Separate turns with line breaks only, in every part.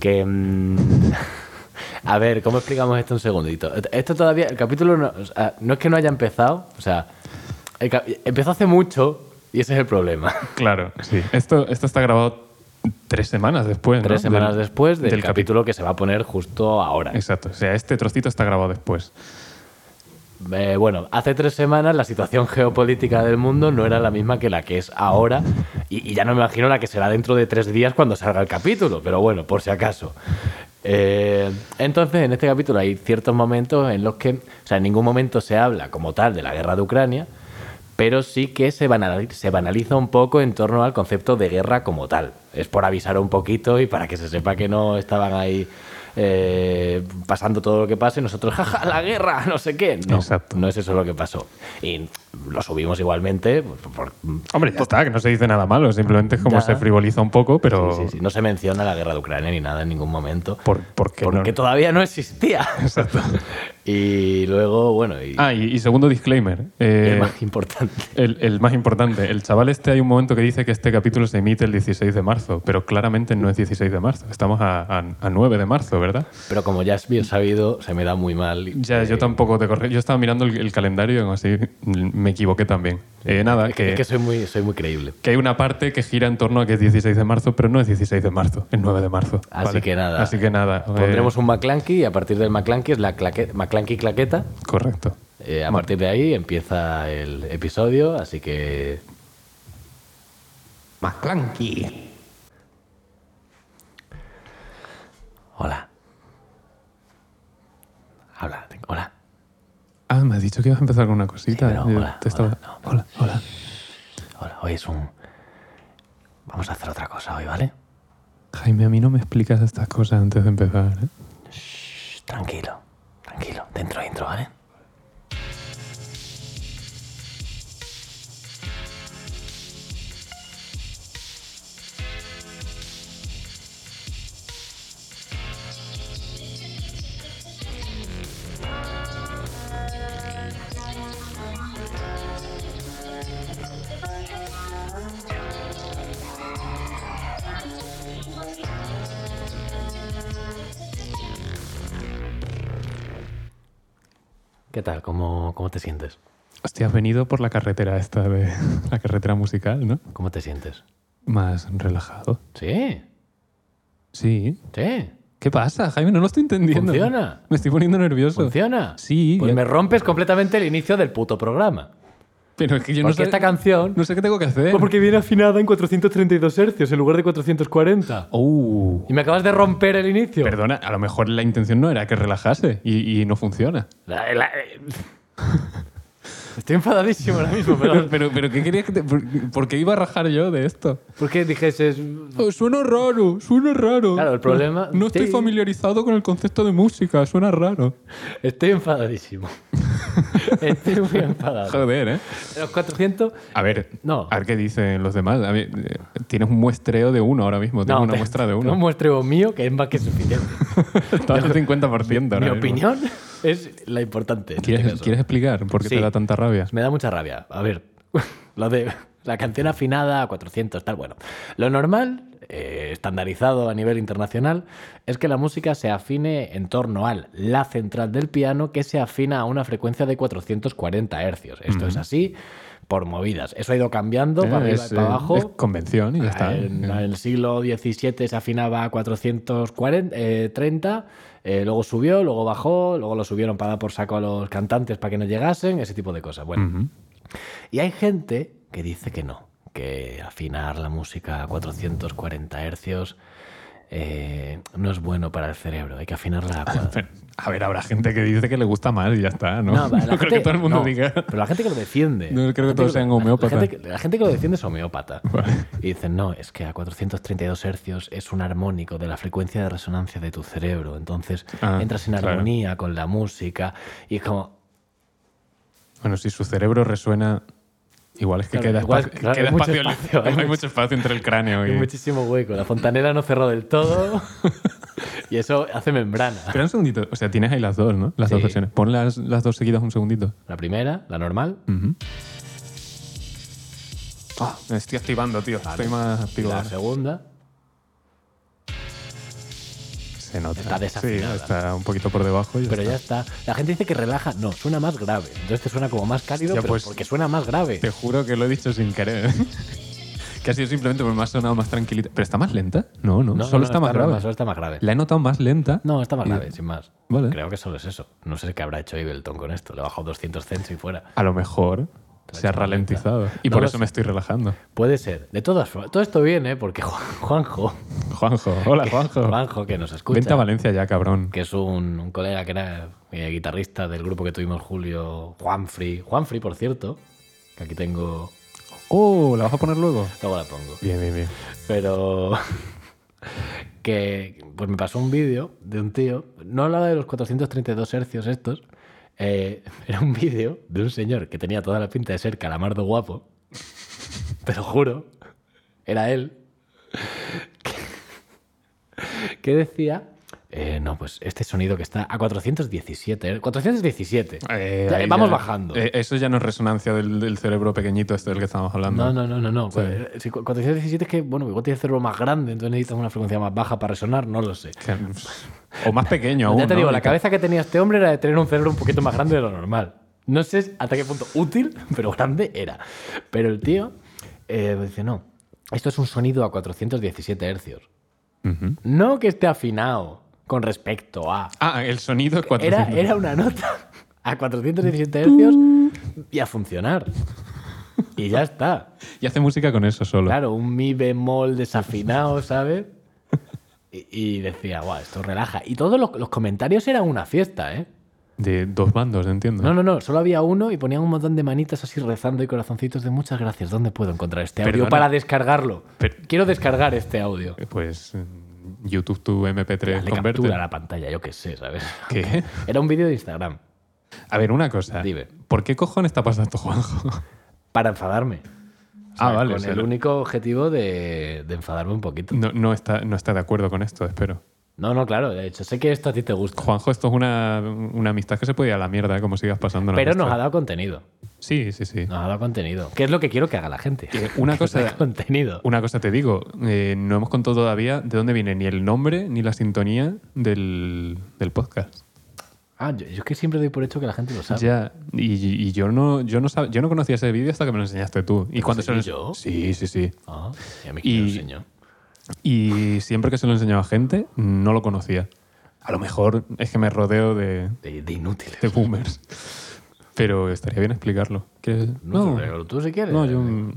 Que. mm, a ver, ¿cómo explicamos esto un segundito? Esto todavía. El capítulo no, o sea, no es que no haya empezado. O sea, el cap- empezó hace mucho y ese es el problema.
Claro, sí. Esto, esto está grabado tres semanas después. ¿no?
Tres semanas
Del-
después del,
del capi-
capítulo que se va a poner justo ahora.
Exacto. O sea, este trocito está grabado después.
Eh, bueno, hace tres semanas la situación geopolítica del mundo no era la misma que la que es ahora y, y ya no me imagino la que será dentro de tres días cuando salga el capítulo, pero bueno, por si acaso. Eh, entonces, en este capítulo hay ciertos momentos en los que, o sea, en ningún momento se habla como tal de la guerra de Ucrania, pero sí que se, banali- se banaliza un poco en torno al concepto de guerra como tal. Es por avisar un poquito y para que se sepa que no estaban ahí eh, pasando todo lo que pasa y nosotros, jaja, la guerra, no sé qué. No,
Exacto.
no es eso lo que pasó. Y lo subimos igualmente. pues, por- por-
Hombre, ya está, que no se dice nada malo, simplemente es como
Ya.
se frivoliza un poco, pero
Sí, sí, sí. No se menciona la guerra de Ucrania ni nada en ningún momento.
¿por, por qué
porque
no?
todavía no existía.
Exacto.
Y luego, bueno, y,
Ah, y, y segundo disclaimer.
y
eh,
el más importante.
el, el más importante, el chaval este hay un momento que dice que este capítulo se emite el 16 de marzo, pero claramente no es 16 de marzo, estamos a, a, a 9 de marzo, ¿verdad?
Pero como ya es bien sabido, se me da muy mal. y- eh,
Ya, yo tampoco te corre. Yo estaba mirando el, el calendario y aún así mm, me equivoqué también. Eh, nada, que,
Es que soy muy, soy muy creíble.
que hay una parte que gira en torno a que es 16 de marzo, pero no es 16 de marzo, es 9 de marzo.
Así que nada.
Así que nada. eh,
Pondremos un McClanky y a partir del McClanky es la claque- McClanky claqueta.
Correcto.
Eh, a partir de ahí empieza el episodio, así que.
McClanky.
Hola. Habla, te- hola.
Ah, me has dicho que ibas a empezar con una cosita.
Sí, pero
Yo
hola,
te estaba-
hola,
hola, hola.
Hola, hoy es un. Vamos a hacer otra cosa hoy, ¿vale?
Jaime, a mí no me explicas estas cosas antes de empezar. ¿eh?
Shh, tranquilo, tranquilo. Dentro intro, ¿vale? ¿Qué tal? ¿Cómo, cómo te sientes?
Hostia, has venido por la carretera esta de la carretera musical, ¿no?
¿Cómo te sientes?
Más relajado.
Sí,
Sí.
sí.
¿Qué pasa, Jaime? No lo estoy entendiendo.
Funciona.
Me estoy poniendo nervioso.
¿Funciona?
Sí,
Pues
ya-
me rompes completamente el inicio del puto programa.
Pero es que yo
Porque
no sé,
esta canción.
no sé qué tengo que hacer.
Pues porque viene afinada en 432 hercios en lugar de 440.
Oh.
Y me acabas de romper el inicio.
Perdona, a lo mejor la intención no era que relajase y, y no funciona.
La- la- Estoy enfadadísimo ahora mismo,
Pero,
pero
pero, pero ¿qué querías que te- por, por qué iba a rajar yo de esto?
¿por qué dijes es-
Oh, suena raro, suena raro.
Claro, el problema-
No estoy
Sí.
familiarizado con el concepto de música, suena raro.
Estoy enfadadísimo. Estoy muy enfadado.
Joder, ¿eh?
Los 400...
A ver,
No.
a ver qué dicen los demás. A ver, eh, tienes un muestreo de uno ahora mismo, tienes una
te-
muestra de
Un
uno.
muestreo mío que es más que suficiente.
Está al 50% ahora
Mi
mismo.
opinión es la importante. en este
¿Quieres,
caso.
quieres explicar por qué
Sí.
te da tanta rabia?
Me da mucha rabia. A ver, lo de la canción afinada a 400, tal, bueno. Lo normal, eh, estandarizado a nivel internacional, es que la música se afine en torno al la central del piano que se afina a una frecuencia de 440 hercios. Esto es así por movidas. Eso ha ido cambiando para
Eh,
arriba
es,
y para
eh,
abajo. Ah, eh,
es convención y ya está.
En, en el siglo XVII se afinaba a 440, eh, 30, eh, luego subió, luego bajó, luego lo subieron para dar por saco a los cantantes para que no llegasen, ese tipo de cosas. Bueno,
Ujú.
y hay gente que dice que no, que afinar la música a 440 hercios eh, no es bueno para el cerebro, hay que afinarla a cuadros.
Pero, Eh, a ver, habrá gente que dice que le gusta más y ya está, ¿no?
No,
No,
la
creo
gente-
que todo el mundo
no,
diga.
Pero la gente que lo defiende.
No creo que
la gente
todos
lo-
sean
la-
homeópatas.
La gente, que- la gente que lo defiende es homeópata.
Vale.
Y dicen, no, es que a 432 hercios es un armónico de la frecuencia de resonancia de tu cerebro. Entonces
Ah,
entras en
claro.
armonía con la música y es como.
Bueno, si su cerebro resuena, igual es que
Claro,
queda,
igual,
espacio,
claro,
queda
hay mucho
espacio, li-
espacio, hay
hay,
mucho-
mucho espacio entre el cráneo
Hay
y...
muchísimo hueco. La fontanera no cerró del todo y eso hace membrana.
Espera un segundito, o sea, tienes ahí las dos, ¿no? Las
Sí.
dos versiones. Pon las, las dos seguidas un segundito.
La primera, la normal,
Mm. Ah, me estoy activando, tío. Estoy más
y
activo.
la
ahora.
segunda.
Se nota.
Está desafinada.
Sí, está un poquito por debajo. y
Pero ya
está.
está. La gente dice que relaja. No, suena más grave. Entonces te suena como más cálido,
Ya,
pero
pues,
porque suena más grave.
Te juro que lo he dicho sin querer. que ha sido simplemente porque me ha sonado más tranquilita. ¿Pero está más lenta? No, no.
No,
solo
no,
está más grave.
Solo está más grave.
La he notado más lenta.
No, está más
Y-
grave, sin más.
Vale.
Creo que solo es eso. No sé qué habrá hecho Ableton con esto. Le ha bajado 200 cents y fuera.
A lo mejor se
hecho
ha
más
ralentizado.
lenta.
Y
No
por
lo
eso
sé.
me estoy relajando.
Puede ser. De todas formas, todo esto viene porque Juan- Juanjo,
Juanjo. Hola, Juanjo.
Juanjo que nos escucha,
Oh. Vente a Valencia ya, cabrón.
que es un, un colega que era eh, guitarrista del grupo que tuvimos Julio, Juanfrey. Juanfrey, por cierto, que aquí tengo...
Oh, ¿la vas a poner luego?
Luego la pongo.
Bien, bien, bien.
Pero que pues me pasó un vídeo de un tío, no hablaba de los 432 hercios estos, eh, era un vídeo de un señor que tenía toda la pinta de ser calamardo guapo, te lo juro, era él, que, que decía, eh, no, pues este sonido que está a 417, her- 417,
Eh,
Ya,
ahí
vamos
ya-
bajando.
eh, eso ya no es resonancia del, del cerebro pequeñito este del que estábamos hablando.
No, no, no, no, no. Pues, si cu- 417 es que, bueno, igual tiene el cerebro más grande, entonces necesitas una frecuencia más baja para resonar, no lo sé.
Que- o más pequeño aún.
ya te
¿no?
digo,
Y
la
que-
cabeza que tenía este hombre era de tener un cerebro un poquito más grande de lo normal. No sé hasta qué punto útil, pero grande era. Pero el tío eh, dice, no, esto es un sonido a 417 hercios.
Ujú.
No que esté afinado con respecto a...
Ah, el sonido es
Era,
400.
era una nota a 417 hercios y a funcionar. Y ya está.
Y hace música con eso solo.
Claro, un mi bemol desafinado, ¿sabes? Y, y decía, guau, esto relaja. Y todos los, los comentarios eran una fiesta, ¿eh?
De dos bandos, entiendo.
No, no, no, solo había uno y ponían un montón de manitas así rezando y corazoncitos de muchas gracias. ¿Dónde puedo encontrar este audio
Perdona.
para descargarlo?
Pero-
Quiero descargar este audio.
Eh, Pues mm, YouTube tu MP3
Le
converte.
captura a la pantalla, yo qué sé, ¿sabes?
¿Qué?
Era un vídeo de Instagram
A ver, una cosa.
Dime.
¿Por qué cojones está pasando esto, Juanjo?
para enfadarme. O
Ah, vale,
Con
o sea,
el
lo-
único objetivo de, de enfadarme un poquito.
No, no está, no está de acuerdo con esto, espero.
No, no, claro, de hecho, sé que esto a ti te gusta.
Juanjo, esto es una, una amistad que se puede ir a la mierda, ¿eh? como sigas pasando.
Pero nos ha dado contenido.
Sí, sí, sí.
Nos ha dado contenido. ¿Qué es lo que quiero que haga la gente?
Eh, una
Que
cosa-
dé contenido.
Una cosa te digo, eh, no hemos contado todavía de dónde viene ni el nombre ni la sintonía del, del podcast.
Ah, yo, yo es que siempre doy por hecho que la gente lo sabe.
Ya, y, y yo no yo no sab- yo no conocía ese vídeo hasta que me lo enseñaste tú. Y cuando se lo
conseguí
ens-
yo?
Sí, sí, sí.
Ah, y a mí
Y-
que me lo enseñó.
Y siempre que se lo enseñaba a gente, no lo conocía. A lo mejor es que me rodeo de,
De, de inútiles.
de boomers. Pero estaría bien explicarlo. Que-
No,
no,
pero tú si quieres. eh.
no, yo... mm,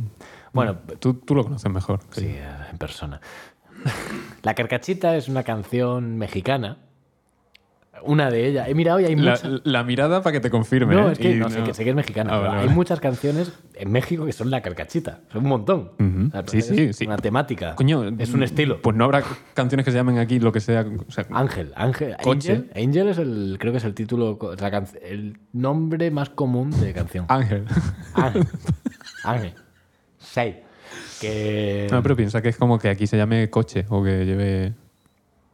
Bueno,
Tú, tú lo conoces mejor.
sí, eh, en persona. La Carcachita es una canción mexicana. Una de ellas. He mirado y hay
La,
muchas.
la mirada para que te confirme.
No,
¿eh?
es que
Y
no, sé, que sé que es mexicana.
Ah,
pero
vale,
hay
vale.
muchas canciones en México que son la carcachita. Son un montón.
Ujú.
O sea,
Sí, sí,
es
sí.
Una temática.
Coño,
es un estilo.
Pues no habrá canciones que se llamen aquí lo que sea. o sea,
Ángel, Ángel,
Coche.
Angel, Angel es el, creo que es el título, co- la can- el nombre más común de canción.
Ángel.
Ángel, Ángel, Sei. que
No, pero piensa que es como que aquí se llame coche o que lleve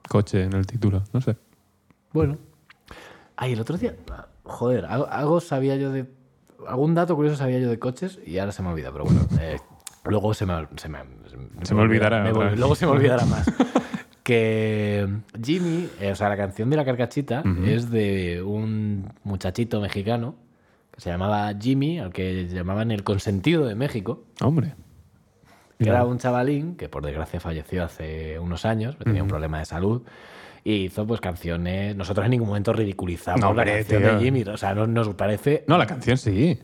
coche en el título. No sé.
bueno, ay, el otro día, joder, algo, algo sabía yo de, algún dato curioso sabía yo de coches y ahora se me olvida, pero bueno, eh, luego se me, se me,
Se me olvidará
me
otra
vol-
vez.
luego se me olvidará más. Que Jimmy, eh, o sea, la canción de la carcachita es de un muchachito mexicano que se llamaba Jimmy, al que llamaban el consentido de México,
Hombre.
que era un chavalín que por desgracia falleció hace unos años, tenía un problema de salud. Y hizo pues canciones. Nosotros en ningún momento ridiculizamos
No,
la
hombre,
canción
tío.
de Jimmy. O sea, no, nos parece.
No, la canción sí.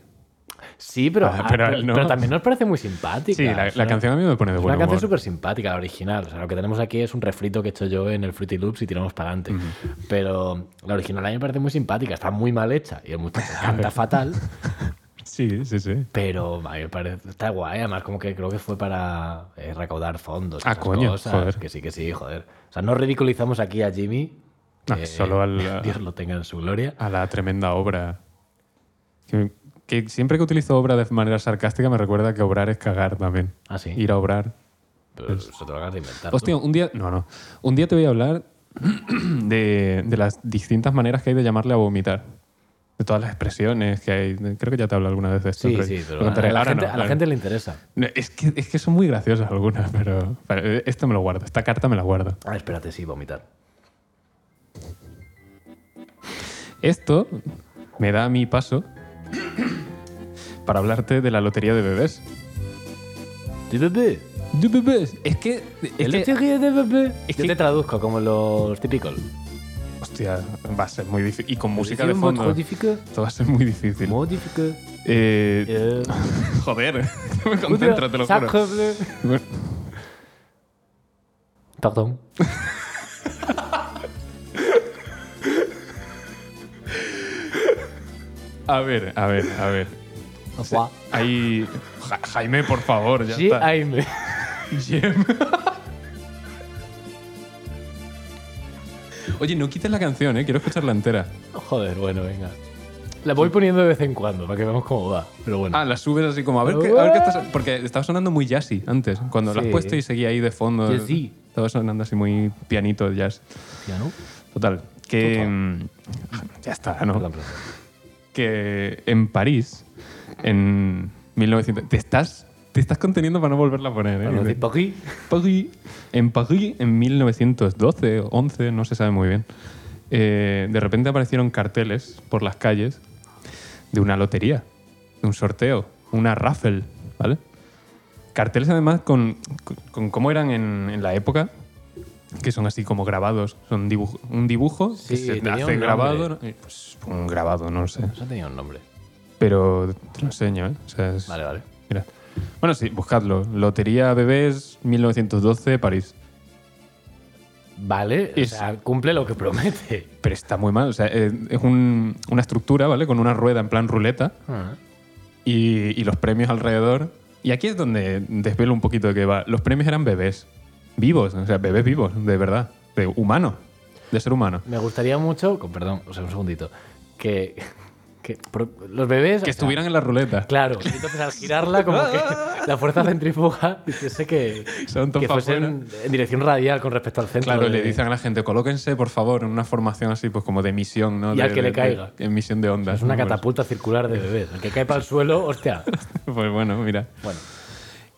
Sí, pero,
Ah,
ah,
pero
pero,
él no.
pero también nos parece muy simpática.
Sí, la,
o
la
sea,
canción a mí me pone de
es
buen
una canción
humor.
súper simpática, la original. O sea, lo que tenemos aquí es un refrito que he hecho yo en el Fruity Loops y tiramos para adelante. Pero la original a mí me parece muy simpática, está muy mal hecha y el muchacho canta fatal,
Sí, sí, sí.
pero a mí me parece, está guay. Además, como que creo que fue para eh, recaudar fondos. y
Ah,
esas
coño,
cosas.
joder.
Que sí, que sí, joder. O sea, no ridiculizamos aquí a Jimmy.
No,
que
Ah, solo al-
Dios lo tenga en su gloria.
A la tremenda obra. Que, que siempre que utilizo obra de manera sarcástica me recuerda que obrar es cagar también.
Ah, sí.
Ir a obrar.
Pero eso te lo acabas de inventar. tú.
Hostia, un día. No, no. Un día te voy a hablar de, de las distintas maneras que hay de llamarle a vomitar. De todas las expresiones que hay. Creo que ya te he hablado alguna vez de esto.
Sí,
pero
sí,
lo
pero a
contaré.
la
Ahora
gente- a
no,
la
ahora
gente le interesa.
no. Es que, es que son muy graciosas algunas, pero. pero, eh, Esto me lo guardo. Esta carta me la guardo.
Ah, espérate, sí, vomitar.
Esto me da mi paso para hablarte de la lotería de bebés.
De bebé.
De bebés. Es que. es
El
que-
chiqui de bebé.
es
Yo
que-
te traduzco como los típicos.
hostia, va a ser muy difícil. Y con música
Sí,
de
un
fondo.
modifica-
Esto va a ser muy difícil.
modifica,
Eh,
eh,
Joder, no me concentro, te lo juro.
sacable.
Bueno,
Perdón.
A ver, a ver, a ver.
Guau.
Ahí. Ja- Jaime, por favor, ya
Sí,
está.
ahí me-
Jem. Oye, no quites la canción, ¿eh? Quiero escucharla entera.
Joder, bueno, venga. La voy poniendo de vez en cuando para que veamos cómo va. Pero bueno.
Ah, la subes así como a ver qué, a ver qué estás. Porque estaba sonando muy jazzy antes. Cuando la
Oh.
has
Sí.
puesto y seguía ahí de fondo.
Jazzy.
Estaba sonando así muy pianito jazz.
Ya no.
Total. Que. mm, Ya está, ah, ¿no?
Perdón, perdón.
que en París, en 1900... Te estás, te estás conteniendo para no volverla a poner, ¿eh?
Para no decir poquí.
París, en París, en 1912 o 11, no se sabe muy bien, eh, de repente aparecieron carteles por las calles de una lotería, de un sorteo, una raffle, ¿vale? Carteles además con, con, con cómo eran en, en la época, que son así como grabados, son dibujo, un dibujo que
Sí,
se
tenía
hace
un
grabado,
nombre.
¿no? Eh, pues, un grabado, no lo sé.
Eso tenía un nombre.
Pero te lo enseño, ¿eh? O sea, es-
Vale, vale.
Mira. Bueno, sí, buscadlo. Lotería Bebés 1912, París.
Vale, o
Es-
sea, cumple lo que promete.
Pero está muy mal. O sea, eh, es un- una estructura, ¿vale? Con una rueda en plan ruleta
Ah.
y, y los premios alrededor. Y aquí es donde desvelo un poquito de qué va. Los premios eran bebés. Vivos, o sea, bebés vivos, de verdad. De humano. De ser humano.
Me gustaría mucho, con perdón, o sea, un segundito, que, que pro- los bebés...
Que
o sea,
estuvieran en la ruleta.
Claro, y entonces al girarla como que la fuerza centrífuga hiciese que,
Son tan
que
pa'
fuese en, en dirección radial con respecto al centro.
Claro,
de-
le dicen a la gente, colóquense, por favor, en una formación así, pues como de misión, ¿no?
Y al
De-
que le
de-
caiga.
de- en misión de ondas.
Es una
¿no? Pues-
catapulta circular de bebés. El que cae para el suelo, hostia.
Pues bueno, mira.
Bueno,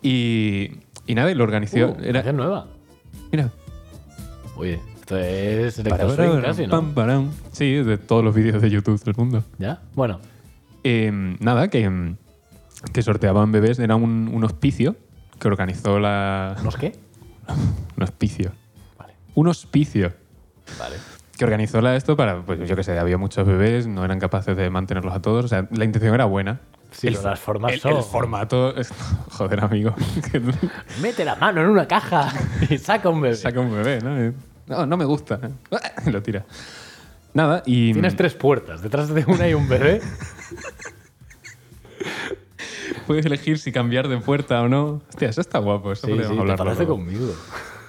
Y, y nada, y lo organizó.
uh,
era,
canción nueva.
mira.
Oye, esto es
Para-
electro swing casi,
pam,
¿no?
param. Sí, de todos los vídeos de YouTube del mundo.
¿Ya? Bueno,
Eh, nada, que, mm, que sorteaban bebés. Era un, un hospicio que organizó la.
¿nos qué?
Un hospicio.
Vale,
Un hospicio.
vale.
Que organizó la esto para, pues yo qué sé, había muchos bebés, no eran capaces de mantenerlos a todos. O sea, la intención era buena.
Sí, pero las formas
El, el
son...
formato. Joder, amigo. que
Mete la mano en una caja y saca un bebé.
Saca un bebé, ¿no? Eh, No, no me gusta. Y Lo tira. Nada, y.
Tienes tres puertas. Detrás de una hay un bebé.
Puedes elegir si cambiar de puerta o no. Hostia, eso está guapo. Eso
Sí,
podríamos
sí, te
hablarlo
parece
luego.
conmigo.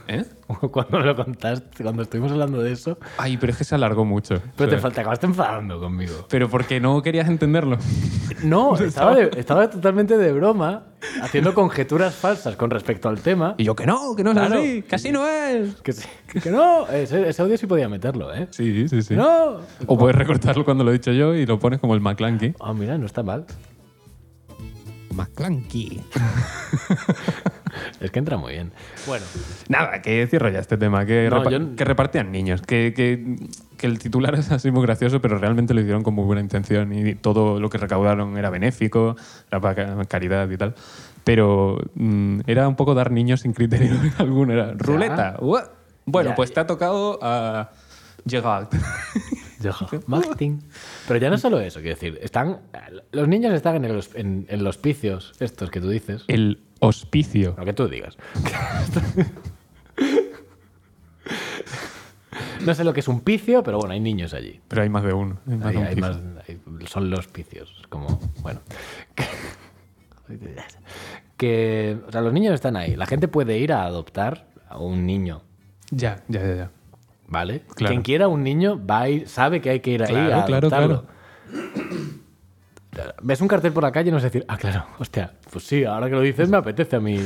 ¿Eh?
Cuando me lo contaste, cuando estuvimos hablando de eso.
Ay, pero es que se alargó mucho.
Pero te,
O sea,
fal- te acabaste enfadando conmigo.
pero porque no querías entenderlo.
No, estaba, de- estaba totalmente de broma, haciendo conjeturas falsas con respecto al tema.
Y yo, que no, que no es
Claro.
así, que así no es.
Que, sí- que no, ese, ese audio sí podía meterlo, ¿eh?
Sí, sí, sí.
No.
O puedes recortarlo cuando lo he dicho yo y lo pones como el McClanky.
Ah, mira, no está mal.
McClanky.
Es que entra muy bien. Bueno,
Nada, que cierro ya este tema. Que,
No,
repa-
yo-
que repartían niños. Que, que- que el titular es así muy gracioso, pero realmente lo hicieron con muy buena intención y todo lo que recaudaron era benéfico, era para ca- caridad y tal. Pero mm, era un poco dar niños sin criterio alguno. Era ruleta. ua. Bueno,
Ya,
pues
ya.
te ha tocado a Gerard.
yo- marketing. Pero ya no solo eso, quiero decir, están, los niños están en, el hosp- en- en los picios, estos que tú dices.
el hospicio.
Lo que tú digas. no sé lo que es un picio, pero bueno, hay niños allí.
Pero hay más de uno. Hay más
Hay-
de un
hay
piso.
más- hay- son los picios. Como, bueno. que, o sea, los niños están ahí. La gente puede ir a adoptar a un niño,
Ya, ya, ya, ya.
¿vale?
Claro.
Quien quiera un niño va a ir- sabe que hay que ir ahí
Claro,
a
claro,
adoptarlo. Ves un cartel por la calle y no es decir, ah, claro, hostia, pues sí, ahora que lo dices me apetece a mí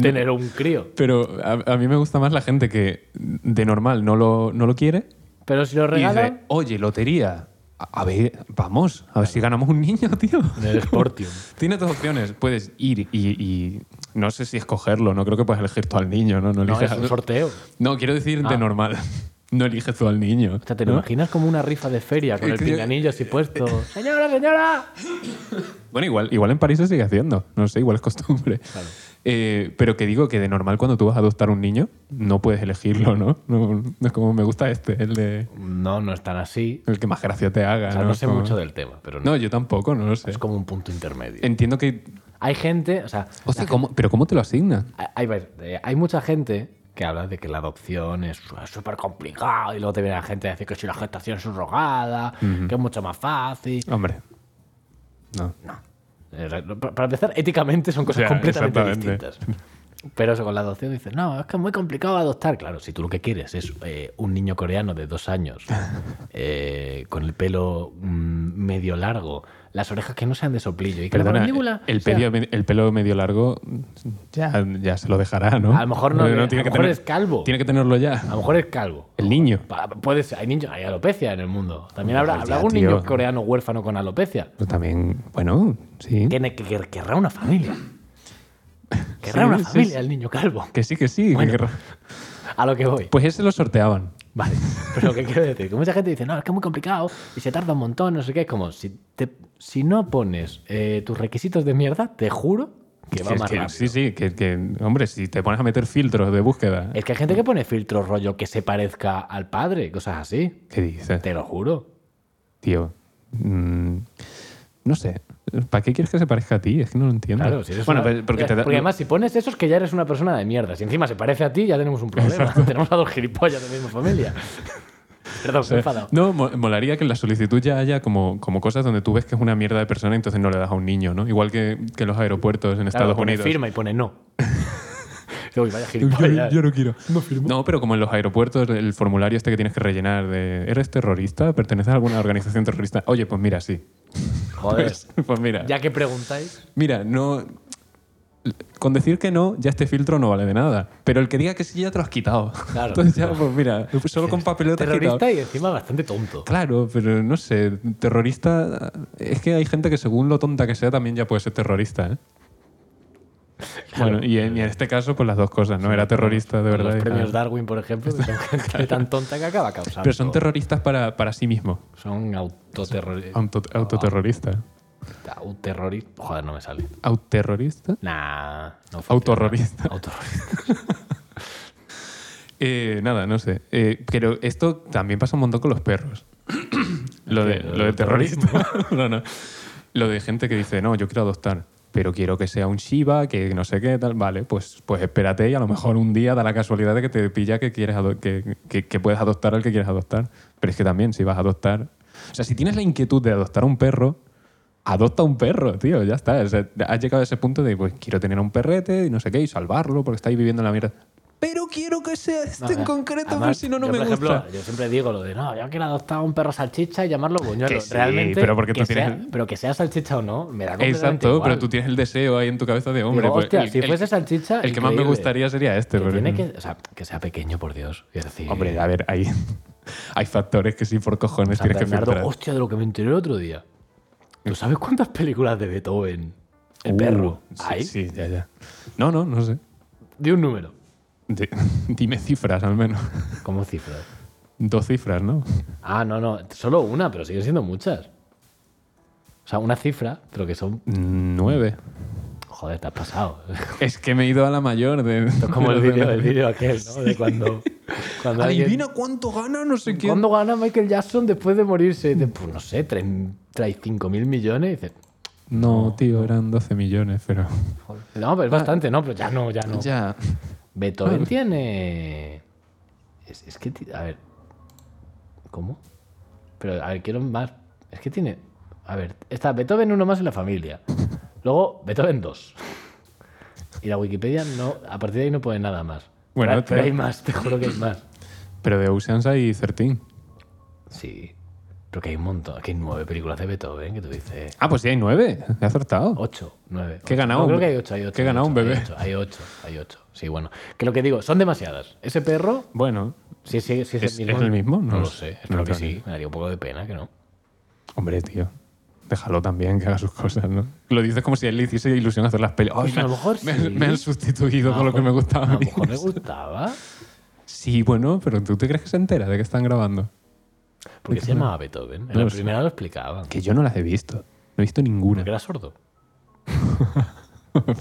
tener un crío.
Pero a, a mí me gusta más la gente que de normal no lo, no lo quiere
Pero si lo
Y dice,
regalan
oye, lotería. A a ver, vamos, a ver si ganamos un niño, tío.
en el Sportium.
Tiene dos opciones. Puedes ir y, y- no sé si escogerlo, no creo que puedas elegir tú al niño, ¿no? No,
No,
eliges
es un
al-
sorteo.
no quiero decir de normal. No eliges tú al niño.
O sea, ¿te lo
¿no?
imaginas como una rifa de feria con
Eh,
el
que-
pinganillo así puesto? ¡Señora, señora!
Bueno, igual, igual en París se sigue haciendo. No sé, igual es costumbre. Eh, pero que digo que de normal cuando tú vas a adoptar un niño, no puedes elegirlo, ¿no? No, no es como me gusta este, el de
No, no es tan así.
el que más gracia te haga.
O sea,
¿no?
no sé
Como-
mucho del tema, pero no.
No, Eh. yo tampoco, no lo sé.
Es como un punto intermedio.
Entiendo que.
Hay gente, o sea,
Hostia, ¿cómo- ¿pero cómo te lo asignan?
hay, hay- ver, eh, hay mucha gente que habla de que la adopción es su- súper complicado y luego te viene la gente a decir que si la gestación subrogada, que es mucho más fácil.
Hombre. No.
Eh, pa- Para empezar, éticamente son cosas
O sea,
completamente
exactamente.
distintas. Pero eso con la adopción dices, no, es que es muy complicado adoptar. Claro, si tú lo que quieres es eh, un niño coreano de dos años, eh, con el pelo mm, medio largo, las orejas que no sean de soplillo y que la
Perdona,
mandíbula
el,
sea-
pedio- el pelo medio largo ya, ya se lo dejará, ¿no?
A lo mejor no,
Porque
a lo mejor es calvo.
Tiene que tenerlo
A
ya.
lo mejor es calvo.
El niño.
Pa- Puede ser, hay niños, hay alopecia en el mundo. También habrá,
Joder,
habrá
ya,
algún
tío.
niño coreano huérfano con alopecia.
Pero también, bueno, sí.
Tiene que, que- querrá una familia. Querrá
Sí,
una
sí,
familia
sí.
el niño calvo.
Que sí, que sí. que
Bueno.
querrá-
A lo que voy.
Pues ese lo sorteaban.
Vale, pero lo que quiero decir, que mucha gente dice, no, es que es muy complicado y se tarda un montón, no sé qué, es como, si, te- si no pones eh, tus requisitos de mierda, te juro que va
Que-
más
que-
rápido.
sí, sí, que, que, hombre, si te pones a meter filtros de búsqueda,
Es que hay gente que pone filtros rollo que se parezca al padre, cosas así,
¿qué dices,
te lo juro.
tío? Mm, no sé. ¿Para qué quieres que se parezca a ti? Es que no lo entiendo.
Claro, si eres
bueno,
una-
pues, porque te da-
porque además si pones eso es que ya eres una persona de mierda. Si encima se parece a ti, ya tenemos un problema. tenemos a dos gilipollas de la misma familia. Perdón, me he enfadado.
No, mo- molaría que en la solicitud ya haya como, como cosas donde tú ves que es una mierda de persona y entonces no le das a un niño, ¿no? Igual que, que los aeropuertos en
Claro,
Estados
pone
Unidos.
firma y pone no. Uy, vaya
Yo,
gilipollas.
yo no quiero. No, pero como en los aeropuertos, el formulario este que tienes que rellenar de ¿eres terrorista? ¿Perteneces a alguna organización terrorista? Oye, pues mira, sí.
Joder.
Pues, pues mira.
Ya que preguntáis.
Mira, no. Con decir que no, ya este filtro no vale de nada. Pero el que diga que sí, ya te lo has quitado.
Claro.
Entonces ya, pues mira, solo con papeleo te has quitado.
terrorista y encima bastante tonto.
Claro, pero no sé, terrorista. Es que hay gente que, según lo tonta que sea, también ya puede ser terrorista, ¿eh? Bueno, y en, y en este caso, pues las dos cosas, ¿no? Era terrorista de
Con
verdad.
Los
y-
premios
ah.
Darwin, por ejemplo, que son gente tan tonta que acaba causando.
Pero son terroristas para, para sí mismo.
Son autoterroristas.
Auto- autoterrorista.
Autoterroristas. Joder, no me sale.
¿Autoterrorista?
Nah. No funciona.
Autorrorista.
Autorrorista.
Eh, nada, no sé. Eh, pero esto también pasa un montón con los perros. lo, de,
¿Qué?
lo de terrorista. no, no. Lo de gente que dice, no, yo quiero adoptar, pero quiero que sea un Shiba, que no sé qué, tal. Vale, pues, pues espérate y a lo mejor un día da la casualidad de que te pilla que, quieres ado- que, que- que puedes adoptar al que quieres adoptar. Pero es que también, si vas a adoptar. O sea, si tienes la inquietud de adoptar un perro, adopta un perro, tío, ya está. O sea, has llegado a ese punto de, pues quiero tener un perrete y no sé qué, y salvarlo porque estáis viviendo en la mierda. Pero quiero que sea este en concreto,
Además,
porque si no, no
yo,
me
por ejemplo,
gusta.
Yo siempre digo lo de, no, yo quiero adoptar a un perro salchicha y llamarlo buñuelo.
Que sí,
Realmente,
pero porque tú
que
tienes-
sea- pero que sea salchicha o no, me da completamente
Exacto,
igual.
pero tú tienes el deseo ahí en tu cabeza de hombre.
Digo,
pues,
hostia,
el-
si
el-
fuese salchicha,
El que más me
increíble.
gustaría sería este.
Que
pero-
tiene que, o sea, que sea pequeño, por Dios. Es decir,
Hombre, a ver, hay, hay factores que sí, por cojones,
San
tienes que
Bernardo,
filtrar.
hostia, de lo que me enteré el otro día. ¿Tú sabes cuántas películas de Beethoven, el
Uh,
perro,
sí,
hay?
Sí, ya, ya. No, no, no sé.
De un número.
De- dime cifras, al menos.
Como cifras.
Dos cifras, ¿no?
Ah, no, no, solo una, pero siguen siendo muchas. O sea, una cifra, pero que son...
Nueve.
Joder, te has pasado. Esto
Es que me he ido a la mayor de.
es como
de
el
los de-
vídeo el vídeo aquel, ¿no? De cuando... cuando alguien-
Adivina cuánto gana, no sé quién.
¿Cuándo gana Michael Jackson después de morirse? Dice, pues no sé, 35 mil millones. Y dice,
No, tío, eran 12 millones, pero.
joder. No, pero es bastante, ¿no? Pero ya no, Ah. ya no.
Ya.
Beethoven tiene. Es, es que. ti- A ver. ¿Cómo? Pero, a ver, quiero más. Es que tiene. A ver, está Beethoven uno más en la familia. Luego Beethoven 2. Y la Wikipedia no. A partir de ahí no pone nada más.
Bueno,
pero, pero
te-
hay más, te juro que hay más.
Pero de Oceans hay 13.
Sí. Pero que hay un montón. Que hay nueve películas de Beethoven que tú dices.
Ah, pues sí, hay 9. He acertado.
Ocho, nueve.
¿Qué
ocho.
ganaba
No,
un
creo que
be-
hay ocho, hay ocho.
qué
hay
ganaba
ocho,
un bebé?
Hay ocho, hay ocho, hay ocho. Sí, bueno. Que lo que digo, son demasiadas. Ese perro
Bueno,
Sí, sí, sí es,
¿Es-
el mismo.
es el mismo?
No,
No
lo
lo
sé.
sé.
Espero
No
que
creo
sí. Me daría un poco de pena que no.
hombre, tío. Déjalo también que haga sus cosas, ¿no? Lo dices como si a él le hiciese ilusión hacer las pelis. Ay,
Pues a
me-
lo mejor
me,
sí.
me han sustituido
Ah, pues, A
con lo que
mejor-
me gustaba.
A
a
lo
mí.
mejor me gustaba.
Sí, bueno, pero ¿tú te crees que se entera de que están grabando?
Porque se llamaba Beethoven. En
No
la
lo sé.
primera lo explicaban.
Que yo no las he visto. No he visto ninguna.
Porque era sordo.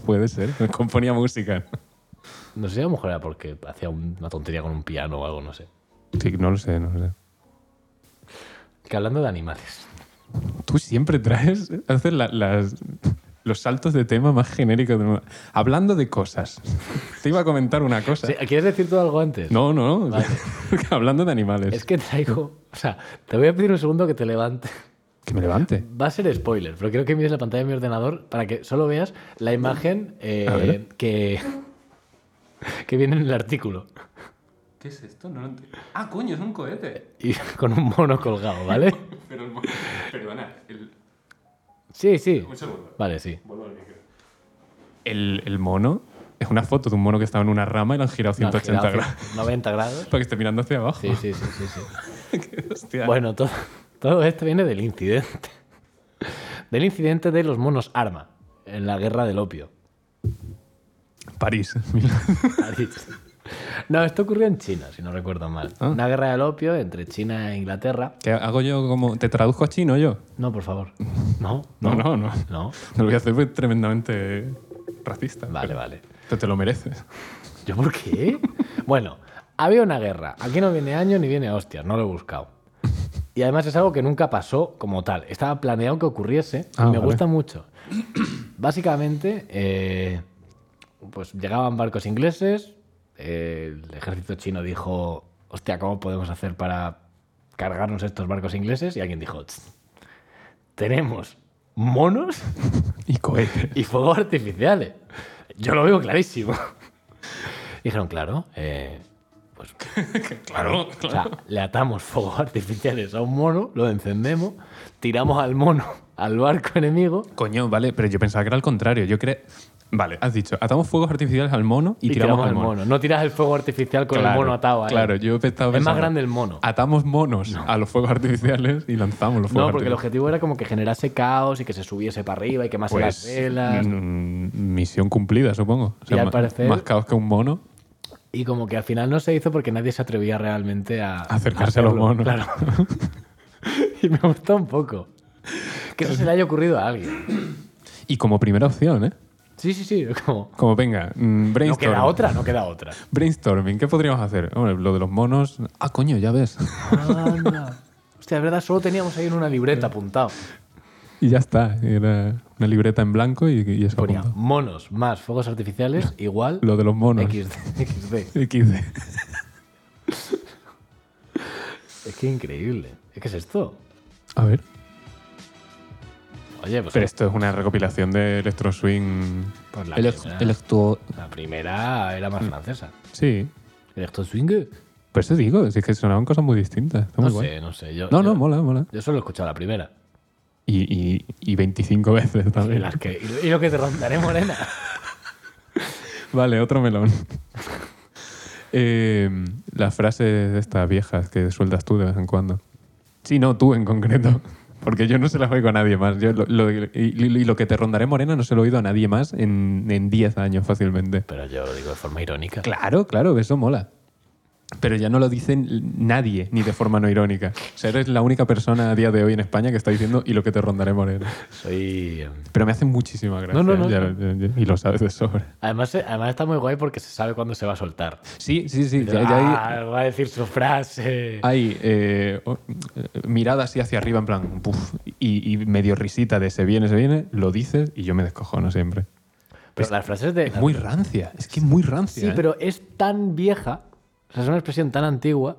Puede ser. Componía música.
No sé si a lo mejor era porque hacía un- una tontería con un piano o algo, no sé.
Sí, no lo sé, no lo sé.
Que hablando de animales.
Tú siempre traes, haces la- las- los saltos de tema más genéricos. del mundo. Hablando de cosas. Te iba a comentar una cosa.
Sí, ¿Quieres decir tú algo antes?
No, no, no. Hablando de animales.
Es que traigo. O sea, te voy a pedir un segundo que te levantes.
Que me levante.
Va a ser spoiler, pero creo que mires la pantalla de mi ordenador para que solo veas la imagen eh,
A ver.
que, que viene en el artículo.
¿Qué es esto? No lo entiendo. Ah, coño, es un cohete.
Y con un mono colgado, ¿vale?
Pero perdona, el,
Sí, sí.
segundo.
Vale, sí.
El, mono es una foto de un mono que estaba en una rama y lo han girado
Una
180
jirafa,
grados.
90 grados.
Para que esté mirando hacia abajo.
Sí, sí, sí, sí. sí.
Hostia.
Bueno, todo, todo esto viene del incidente. Del incidente de los monos arma en la guerra del opio.
París.
Ha dicho. No, esto ocurrió en China, si no recuerdo mal.
Ah.
Una guerra del opio entre China e Inglaterra.
¿Qué hago yo como... ¿Te traduzco a chino yo?
No, por favor. No,
No,
no,
no, no.
no.
Lo voy a hacer pues, tremendamente racista.
Vale, vale.
Pero te lo mereces.
¿Yo por qué? Bueno, había una guerra. Aquí no viene año ni viene hostias, no lo he buscado. Y además es algo que nunca pasó como tal. Estaba planeado que ocurriese y
Ah,
me
vale.
gusta mucho. Básicamente, eh, pues llegaban barcos ingleses, eh, el ejército chino dijo, hostia, ¿cómo podemos hacer para cargarnos estos barcos ingleses? Y alguien dijo, "Tss, tenemos monos
Y cohete.
y fuegos artificiales. Yo lo veo clarísimo. Dijeron, claro, eh, pues
claro,
o sea, le atamos fuegos artificiales a un mono, lo encendemos, tiramos al mono al barco enemigo
Coño, vale, pero yo pensaba que era al contrario. Yo creo... Vale, has dicho, atamos fuegos artificiales al mono y,
y, tiramos, al mono. No tiras el fuego artificial con el mono atado ahí.
Claro, yo he estado
es más
pensando,
grande el mono.
Atamos monos a los fuegos artificiales y lanzamos los fuegos
No, porque el
artificiales.
objetivo era como que generase caos y que se subiese para arriba y
Pues,
quemase las velas.
mm, misión cumplida, supongo. O
Y al
ma-
parecer-
Más caos que un mono.
Y como que al final no se hizo porque nadie se atrevía realmente a
Acercarse a los
hacerlo,
monos.
Claro. y me gustó un poco. Que eso se le haya ocurrido a alguien.
Y como primera opción, ¿eh?
Sí, sí, sí. Como,
Como venga, mm,
no
brainstorm.
queda otra, no queda otra.
Brainstorming, ¿qué podríamos hacer? Hombre, lo de los monos. Ah, coño, ya ves.
Anda. Hostia, de verdad, solo teníamos ahí en una libreta apuntado.
y ya está. Era una libreta en blanco y, y eso.
Ponía
apuntó.
monos más fuegos artificiales igual
Lo de los monos.
XD, XD.
XD.
Es que increíble. ¿Qué es esto?
A ver.
Oye, pues
Pero esto es una recopilación de Electro Swing.
Pues la
Elec-
primera.
electro.
la primera era
Mm.
más francesa.
Sí.
¿Electro swing?
Por eso digo, es que sonaban cosas muy distintas. Está
No
muy
sé,
guay.
no sé. Yo,
No,
yo-
no, mola, mola.
Yo solo he escuchado la primera.
Y, y, y 25 veces
Y,
también.
las que, y lo- y lo que te rondaré, Morena.
Vale, otro melón. Eh, las frases estas viejas que sueltas tú de vez en cuando. Sí, no, tú en concreto. Porque yo no se las oigo a nadie más. Yo lo- lo- y, y- y lo que te rondaré morena no se lo he oído a nadie más en en 10 años fácilmente.
Pero yo lo digo de forma irónica.
Claro, claro, eso mola. Pero ya no lo dicen nadie, ni de forma no irónica. O sea, eres la única persona a día de hoy en España que está diciendo y lo que te rondaré morena.
Soy. eh,
Pero me hace muchísima gracia.
No, no, no,
ya-
no.
ya- ya- y lo sabes de sobra.
Además, eh, además está muy guay porque se sabe cuándo se va a soltar.
Sí, sí, sí. ya- ya hay-
Ah, va a decir su frase.
Hay eh, o- eh, mirada así hacia arriba, en plan, puf, y, y medio risita de se viene, se viene, lo dices y yo me descojono siempre.
Pero las frases de.
pues Es muy rancia, es que es muy rancia.
Sí,
¿eh?
pero es tan vieja, o sea, es una expresión tan antigua,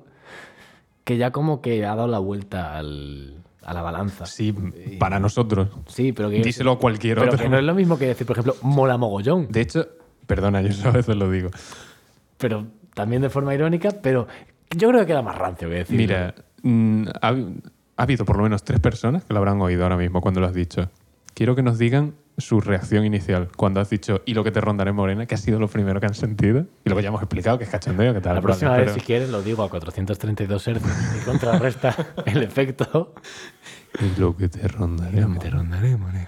que ya como que ha dado la vuelta al- a la balanza.
Sí, para nosotros.
Sí, pero que.
Díselo a cualquier
pero
otro.
que no es lo mismo que decir, por ejemplo, mola mogollón.
De hecho, perdona, yo eso a veces lo digo.
Pero también de forma irónica, pero yo creo que era más rancio que decir.
Mira, mm, ha, ha habido por lo menos tres personas que lo habrán oído ahora mismo cuando lo has dicho. Quiero que nos digan su reacción inicial cuando has dicho y lo que te rondaré morena, que ha sido lo primero que han sentido y luego ya hemos explicado que es cachondeo, que tal.
La
pero-
próxima vez,
pero-
si quieres, lo digo a 432 hercios y contrarresta el efecto.
Y lo que te rondaré. Morena.
rondaré, morena.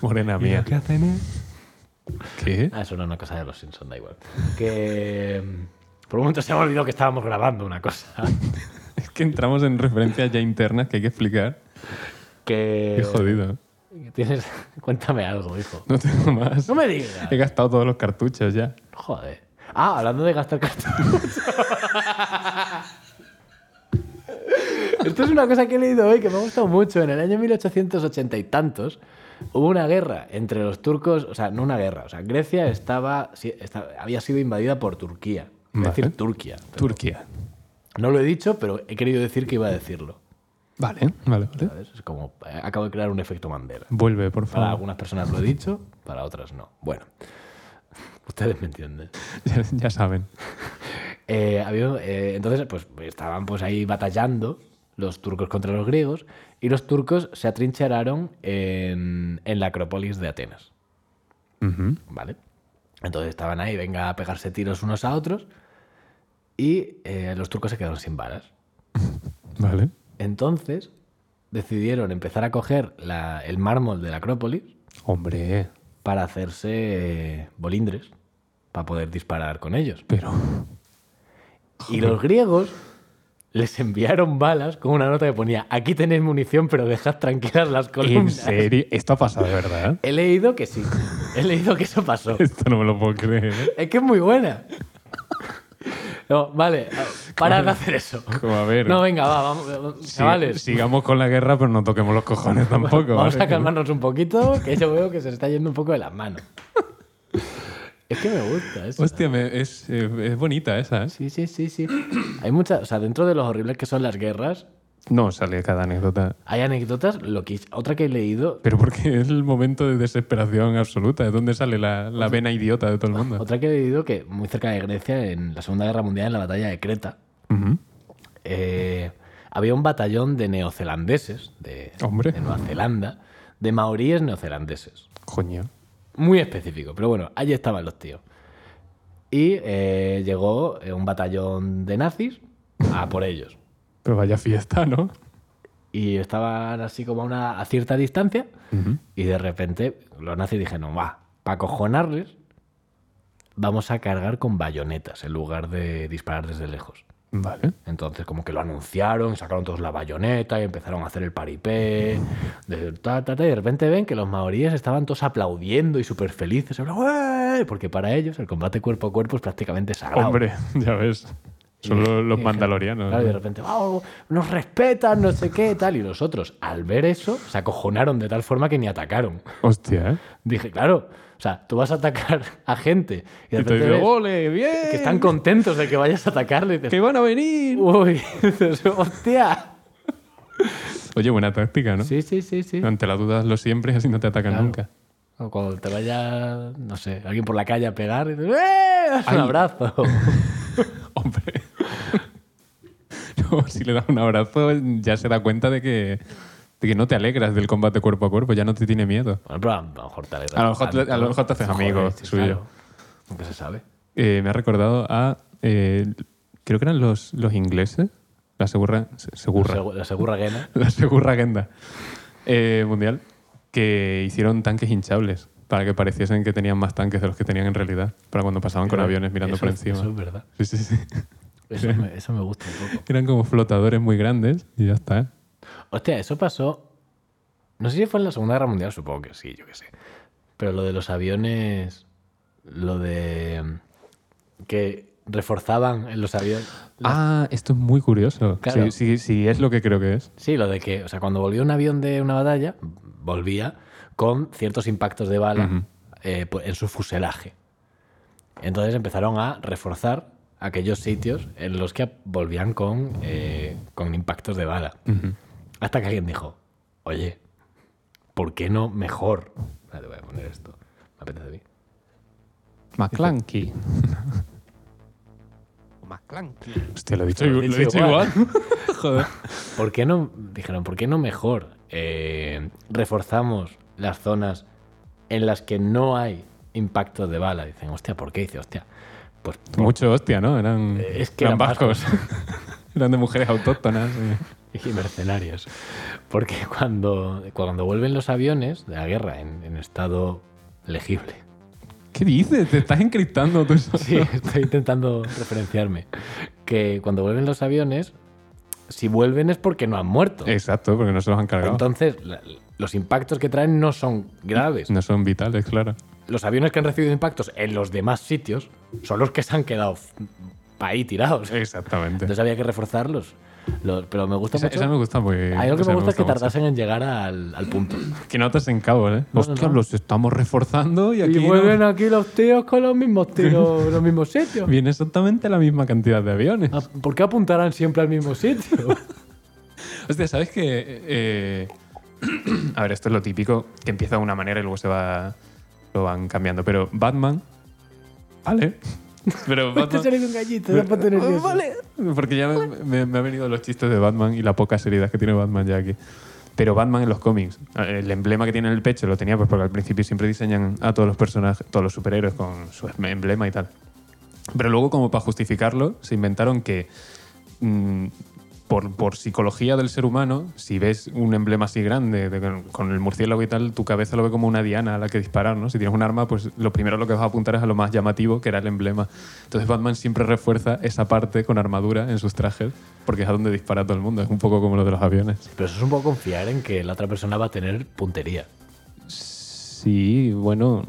Morena mía.
hacen es?
¿Qué?
Ah, eso no es una cosa de los Simpsons, da igual. Que. mm, Por un momento se me olvidó que estábamos grabando una cosa.
Es que entramos en referencias ya internas que hay que explicar.
que...
Qué jodido.
Tienes... Cuéntame algo, hijo.
No tengo más.
No me digas.
He gastado todos los cartuchos ya.
Joder. Ah, hablando de gastar cartuchos. Esto es una cosa que he leído hoy que me ha gustado mucho. En el año 1880 y tantos hubo una guerra entre los turcos, o sea, no una guerra, o sea, Grecia estaba, sí, estaba- había sido invadida por Turquía. Es
Vale.
decir, Turquía.
Turquía.
No lo he dicho, pero he querido decir que iba a decirlo.
Vale, vale, vale.
¿sabes? Es como, eh, acabo de crear un efecto Mandela.
Vuelve, por
Para
favor.
algunas personas lo he dicho, para otras no. Bueno, ustedes me entienden.
Ya, ya saben.
Eh, había- eh, entonces, pues estaban pues ahí batallando los turcos contra los griegos y los turcos se atrincheraron en, en la Acrópolis de Atenas,
Ujú.
¿vale? Entonces estaban ahí, venga a pegarse tiros unos a otros y eh, los turcos se quedaron sin balas.
Vale.
Entonces decidieron empezar a coger la- el mármol de la Acrópolis
Hombre,
para hacerse eh, bolindres, para poder disparar con ellos.
pero.
Y los griegos les enviaron balas con una nota que ponía, aquí tenéis munición, pero dejad tranquilas las
¿En
columnas.
serio? Esto ha pasado de verdad.
He leído que sí, he leído que eso pasó.
Esto no me lo puedo creer.
Es que es muy buena. No, vale, eh, parad de hacer eso.
Como, a ver.
No, venga, va, vamos, eh, vamos,
si-
chavales.
Sigamos con la guerra, pero no toquemos los cojones tampoco.
Vamos
¿vale?
a calmarnos un poquito, que yo veo que se está yendo un poco de las manos. Es que me gusta eso.
Hostia, me- es, eh, es bonita esa. ¿eh?
Sí, sí, sí, sí. Hay muchas, o sea, dentro de los horribles que son las guerras,
No sale cada anécdota.
hay anécdotas, lo que, otra que he leído,
Pero porque es el momento de desesperación absoluta. Es donde sale la, la vena idiota de todo el mundo.
otra que he leído que muy cerca de Grecia, en la Segunda Guerra Mundial, en la batalla de Creta,
Ujú.
eh, había un batallón de neozelandeses, de,
Hombre.
de Nueva Zelanda, de maoríes neozelandeses.
Coño.
Muy específico, pero bueno, allí estaban los tíos. Y eh, llegó eh, un batallón de nazis a por ellos.
Pero vaya fiesta, ¿no?
y estaban así como a, una, a cierta distancia y de repente los nazis dijeron, va, para cojonarles vamos a cargar con bayonetas en lugar de disparar desde lejos.
Vale.
Entonces como que lo anunciaron, sacaron todos la bayoneta y empezaron a hacer el paripé, de, ta, ta, ta, y de repente ven que los maoríes estaban todos aplaudiendo y súper felices, ¡Ué! porque para ellos el combate cuerpo a cuerpo es prácticamente sagrado.
Hombre, ya ves. Son los, los
Y-
mandalorianos.
Claro, y de
¿no?
repente, "Vamos, nos respetan, no sé qué, tal. Y los otros, al ver eso, se acojonaron de tal forma que ni atacaron.
Hostia, ¿eh?
Dije, claro, o sea, tú vas a atacar a gente y de
Y te
repente
digo,
ves
¡ole, bien!
que están contentos de que vayas a atacarle. Y dices,
¡Que van a venir!
uy, dices, hostia.
Oye, buena táctica, ¿no?
Sí, sí, sí, sí.
Ante la duda, lo siempre, así no te atacan
Claro.
nunca.
O cuando te vaya, no sé, alguien por la calle a pegar, y dices, ¡eh! Das un
Ay.
abrazo.
Hombre. no, si le das un abrazo, ya se da cuenta de que, de que no te alegras del combate cuerpo a cuerpo, ya no te tiene miedo.
Bueno, pero a lo mejor te alegras
A lo mejor te-
tanto.
a lo mejor te haces
Joder,
amigo
sí,
suyo.
claro. Nunca se sabe.
Eh, me ha recordado a. eh, creo que eran los, los ingleses. La segurra. se- Segurra.
Segu- La segura guena.
la segurra agenda eh, mundial. Que hicieron tanques hinchables para que pareciesen que tenían más tanques de los que tenían en realidad. Para cuando pasaban con aviones mirando
Eso-
por encima.
Eso es verdad.
Sí, sí, sí.
Eso me, eso me gusta un poco.
Eran como flotadores muy grandes y ya está.
Hostia, eso pasó. No sé si fue en la Segunda Guerra Mundial, supongo que sí, yo qué sé. Pero lo de los aviones. Lo de. mm, que reforzaban en los aviones.
Ah, esto es muy curioso.
Claro.
Sí, sí, sí, es lo que creo que es.
Sí, lo de que. O sea, cuando volvió un avión de una batalla, volvía con ciertos impactos de bala eh, pu- en su fuselaje. Entonces empezaron a reforzar aquellos sitios en los que volvían con, eh, con impactos de bala. Hasta que alguien dijo, oye, ¿por qué no mejor? Ahora te voy a poner esto. Me apetece a mí.
McClanky.
McClanky.
Hostia, lo he dicho,
Lo
igu-
he
lo he
dicho
dicho igual. Joder.
¿Por qué no, dijeron, ¿por qué no mejor eh, reforzamos las zonas en las que no hay impactos de bala? Dicen, hostia, ¿por qué? Dice, hostia, pues
Mucho hostia, ¿no? Eran,
Eh, es que
eran
eran
vascos. eran de mujeres autóctonas. eh.
y mercenarios. Porque cuando, cuando vuelven los aviones de la guerra en, en estado legible,
¿Qué dices? Te estás encriptando tú solo.
Sí, estoy intentando referenciarme. Que cuando vuelven los aviones, si vuelven es porque no han muerto.
Exacto, porque no se los han cargado.
Entonces, la- los impactos que traen no son graves.
No son vitales, claro.
Los aviones que han recibido impactos en los demás sitios son los que se han quedado f- ahí tirados.
Exactamente.
Entonces había que reforzarlos. Lo- pero me gusta
Esa,
mucho.
esa me gusta porque.
A mí lo que
esa
me gusta es que
mucho.
tardasen en llegar al, al punto.
Que notas en cabo, ¿eh?
no,
Hostia,
no.
los estamos reforzando y aquí. no-
aquí los tíos con los mismos tiros, los mismos sitios.
Viene exactamente la misma cantidad de aviones.
Ah, ¿Por qué apuntarán siempre al mismo sitio?
Hostia, ¿sabes qué? Eh, a ver, esto es lo típico, que empieza de una manera y luego se va. Lo van cambiando. Pero Batman. Vale. Pero
Te
Batman.
sale un gallito, no ponte nervioso.
Vale. Porque ya me, me- me han venido los chistes de Batman y la poca seriedad que tiene Batman ya aquí. Pero Batman en los cómics, el emblema que tiene en el pecho lo tenía pues porque al principio siempre diseñan a todos los personajes, todos los superhéroes con su emblema y tal. Pero luego como para justificarlo se inventaron que mm, por, por psicología del ser humano, si ves un emblema así grande de- con- con el murciélago y tal, tu cabeza lo ve como una diana a la que disparar, ¿no? Si tienes un arma, pues lo primero a lo que vas a apuntar es a lo más llamativo, que era el emblema. Entonces Batman siempre refuerza esa parte con armadura en sus trajes, porque es a donde dispara todo el mundo. Es un poco como lo de los aviones.
Pero eso es un poco confiar en que la otra persona va a tener puntería.
Sí, bueno,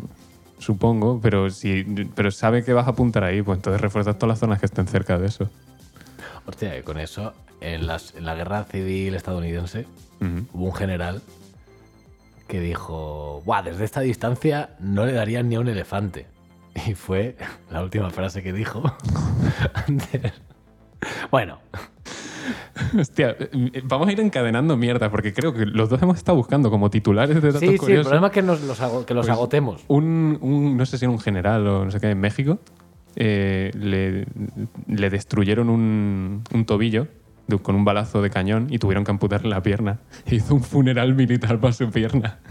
supongo, pero si pero sabe que vas a apuntar ahí, pues entonces refuerzas todas las zonas que estén cerca de eso.
Hostia, que con eso, en, las- en la guerra civil estadounidense,
Ujú.
hubo un general que dijo, Buah, desde esta distancia no le darían ni a un elefante. Y fue la última frase que dijo antes. Bueno,
Hostia, eh, eh, vamos a ir encadenando mierda, porque creo que los dos hemos estado buscando como titulares de datos
sí, sí, el
curiosos.
problema es que, nos los, ago- que los
Pues-
agotemos.
un, un- no sé si era un general o no sé qué, en México, eh, le, le destruyeron un, un tobillo de- con un balazo de cañón y tuvieron que amputarle la pierna. Hizo un funeral militar para su pierna.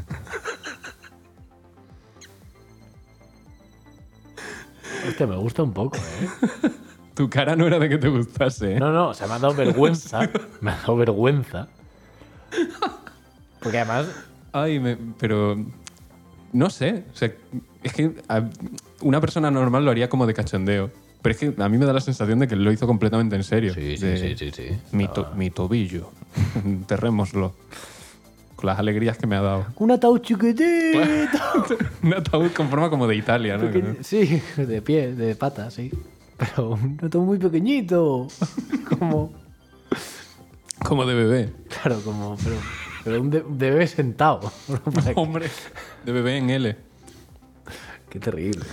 Hostia, me gusta un poco, ¿eh?
Tu cara no era de que te gustase, ¿eh?
No, no, o sea, me ha dado vergüenza. Me ha dado vergüenza. Porque además,
Ay, me- pero no sé. O sea, es que a- una persona normal lo haría como de cachondeo. Pero es que a mí me da la sensación de que lo hizo completamente en serio.
Sí, sí,
De,
sí, sí, sí.
Mi, to- mi tobillo. Enterrémoslo. Con las alegrías que me ha dado.
Un ataúd chiquitito.
Un ataúd con forma como de Italia, ¿no?
Peque- Sí, de pie, de pata, sí. Pero un ataúd muy pequeñito. Como,
Como de bebé.
claro, como, pero, pero un de, de bebé sentado. Para que-
Hombre, de bebé en L.
Qué terrible.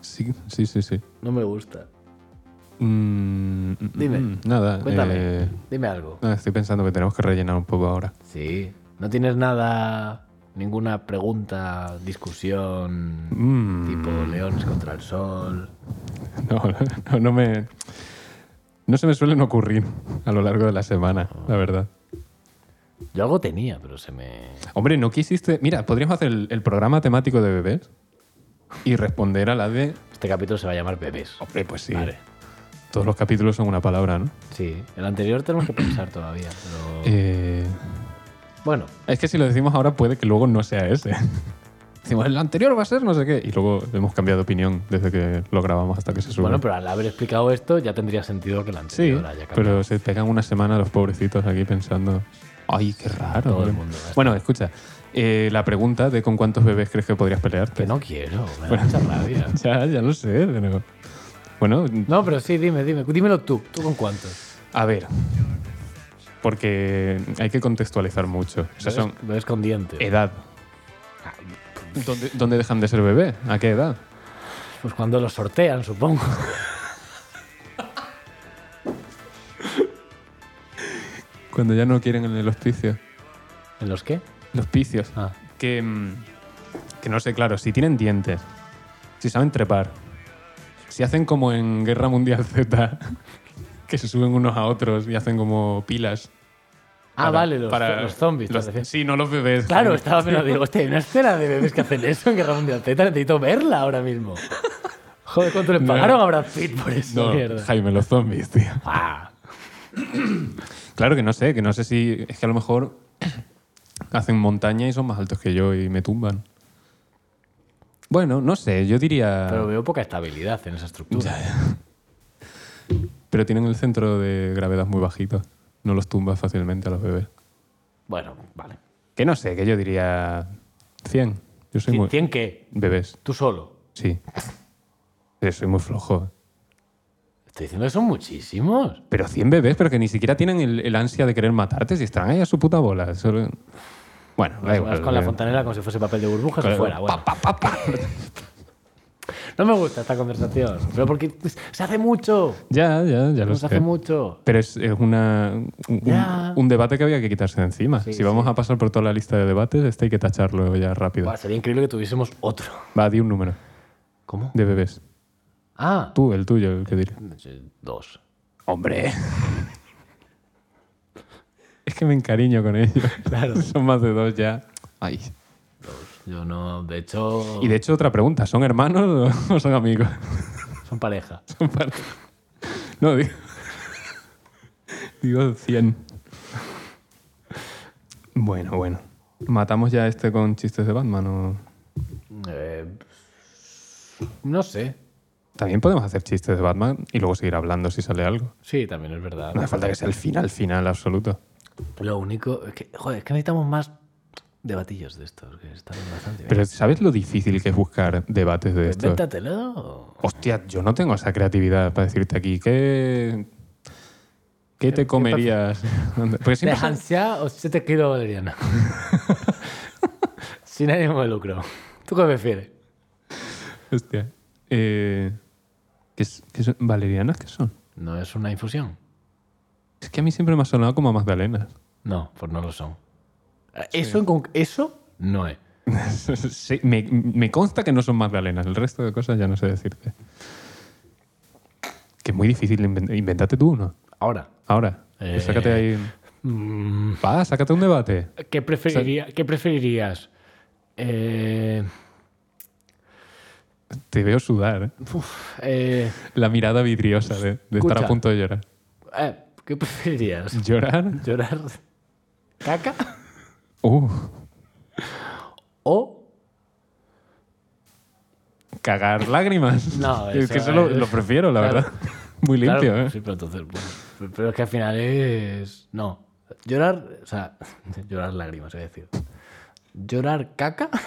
Sí, sí, sí, sí.
No me gusta.
Mm, mm,
Dime.
mm, Nada.
Cuéntame,
eh,
dime algo.
nada, estoy pensando que tenemos que rellenar un poco ahora.
Sí, no tienes nada, ninguna pregunta, discusión,
Mm.
tipo leones contra el sol.
No, no, no me. No se me suelen ocurrir a lo largo de la semana, la verdad.
Yo algo tenía, pero se me...
Hombre, no quisiste. Mira, podríamos hacer el, el programa temático de bebés y responder a la de.
Este capítulo se va a llamar bebés.
Hombre, pues sí.
Vale.
Todos los capítulos son una palabra, ¿no?
Sí, el anterior tenemos que pensar todavía, pero...
Eh,
Bueno,
es que si lo decimos ahora, puede que luego no sea ese. Decimos, el anterior va a ser no sé qué. Y luego hemos cambiado de opinión desde que lo grabamos hasta que se sube.
bueno, pero al haber explicado esto ya tendría sentido que el
sí,
anterior haya cambiado.
pero se pegan una semana los pobrecitos aquí pensando. Ay, qué raro.
Todo el
hombre".
mundo, ¿eh?
Bueno, escucha, eh, la pregunta de con cuántos bebés crees que podrías pelearte.
Que no quiero, me da mucha rabia.
Ya, ya lo sé, pero. Bueno,
No, pero sí, dime, dime. Dímelo tú. ¿Tú con cuántos?
a ver. Porque hay que contextualizar mucho. O sea, son
Lo escondiente.
edad. ¿Dónde, dónde dejan de ser bebé? ¿A qué edad?
Pues cuando los sortean, supongo.
Cuando ya no quieren en el hospicio.
¿En los qué?
Los picios.
Ah.
Que, mm, que no sé, claro, si tienen dientes, si saben trepar, si hacen como en Guerra Mundial Z, que se suben unos a otros y hacen como pilas.
Ah,
para-
vale, los,
para-
los zombies. te
los-
refieres.
sí, no los bebés.
Claro,
Joder.
estaba pero digo, hostia, hay una escena de bebés que hacen eso en Guerra Mundial Z, necesito verla ahora mismo. Joder, ¿cuánto le
No.
pagaron a Brad Pitt por eso?
No,
mierda.
Jaime, los zombies, tío.
Ah,
Claro que no sé, que no sé si. Es que a lo mejor hacen montaña y son más altos que yo y me tumban. Bueno, no sé, yo diría...
Pero veo poca estabilidad en esa estructura.
Pero tienen el centro de gravedad muy bajito. No los tumbas fácilmente a los bebés.
Bueno, vale.
Que no sé, que yo diría 100. Yo soy muy...
¿Cien- ¿Cien qué?
Bebés,
Tú solo.
sí. Pero soy muy flojo.
Estoy diciendo que son muchísimos.
Pero 100 bebés, pero que ni siquiera tienen el, el ansia de querer matarte si están ahí a su puta bola. Eso- Bueno, da
Vas
igual.
con la
eh.
fontanela como si fuese papel de burbujas
Claro.
y fuera. Bueno. No me gusta esta conversación. Pero porque se hace mucho.
Ya, ya, ya lo
Nos hace
sé.
mucho.
Pero es, es una, un,
Ya.
un- un debate que había que quitarse de encima.
Sí,
si vamos a pasar por toda la lista de debates, este hay que tacharlo ya rápido.
Buah, sería increíble que tuviésemos otro.
Va, di un número
¿Cómo?
de bebés.
Ah.
Tú, el tuyo, el que diré.
Dos.
¡Hombre! es que me encariño con ellos.
Claro.
Son más de dos ya. Ay.
Yo no. De hecho,
Y de hecho, otra pregunta. ¿Son hermanos o- o son amigos?
son pareja.
Son par- No, digo... Digo 100. Bueno, bueno. ¿Matamos ya este con chistes de Batman o...?
Eh, no sé.
También podemos hacer chistes de Batman y luego seguir hablando si sale algo.
Sí, también es verdad.
No hace falta que sea el final, final absoluto.
Lo único es que, joder, es que necesitamos más debatillos de estos, que están bastante bien.
Pero ¿sabes lo difícil que es buscar debates de estos?
Invéntatelo.
Hostia, yo no tengo esa creatividad para decirte aquí qué... ¿Qué te comerías? Porque
De
siempre son-
ansia o 7 kilos de valeriana. Sin ánimo de lucro. ¿Tú qué prefieres?
Hostia. Eh, ¿qué, es- qué son? ¿Valerianas qué son?
¿No es una infusión?
Es que a mí siempre me ha sonado como a magdalenas.
No, pues no lo son. Eso, en conc- eso no es.
Sí, me, me consta que no son magdalenas. El resto de cosas ya no sé decirte. Que es muy difícil. inven- Inventate tú uno.
Ahora.
Ahora.
Eh.
Sácate ahí...
mm,
Va, sácate un debate.
¿Qué, preferiría- qué preferirías? Eh,
Te veo sudar. ¿eh?
uf, eh,
La mirada vidriosa de, de estar
Escucha.
a punto de llorar.
eh, ¿Qué preferirías?
¿Llorar?
¿Llorar caca
Uh,
o
cagar lágrimas.
No,
es
eso
que eso lo,
es-
lo prefiero, la
Claro.
verdad. Muy limpio,
Claro,
¿eh?
Sí, pero entonces, bueno, pero es que al final es. No. Llorar, o sea, llorar lágrimas, es decir. Llorar caca.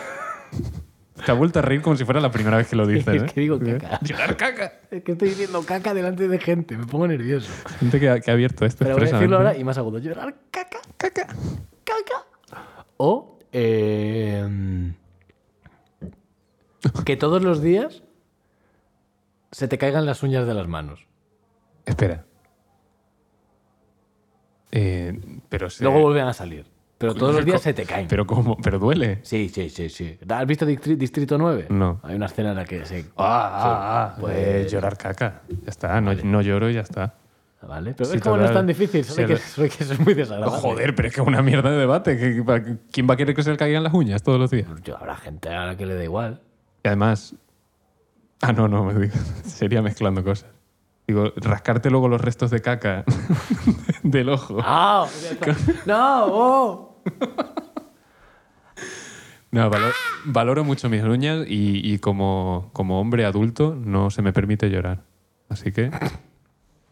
Te ha vuelto a reír como si fuera la primera vez que lo dices.
es
¿eh?
que digo caca.
Llorar caca.
Es que estoy diciendo caca delante de gente, me pongo nervioso.
Gente que ha, que ha abierto esto.
Pero voy a decirlo ahora
expresamente.
y más agudo. Llorar caca,
Caca.
caca. O. eh, que todos los días se te caigan las uñas de las manos.
Espera. Eh, pero se-
Luego vuelven a salir. Pero todos los días
co-
se te caen.
Pero cómo, pero duele.
Sí, sí, sí, sí. ¿Has visto Distri- Distrito 9?
No.
Hay una escena en la que se...
Ah, ah, ah,
pues-
pues llorar caca. Ya está, no, no lloro y ya está.
¿Vale? Pero
Sí,
es como no es
total.
tan difícil,
Sí,
solo, que,
lo-
solo que eso es muy desagradable.
Joder, pero es que es una mierda de debate. que- que pa- ¿Quién va a querer que se le caigan las uñas todos los días?
Yo, habrá gente a la que le da igual.
Y además. Ah, no, no, me digo, sería mezclando cosas. Digo, rascarte luego los restos de caca del ojo.
¡Ah! ¡No! ¡Oh!
No, valo- valoro mucho mis uñas y, y como, como hombre adulto no se me permite llorar. Así que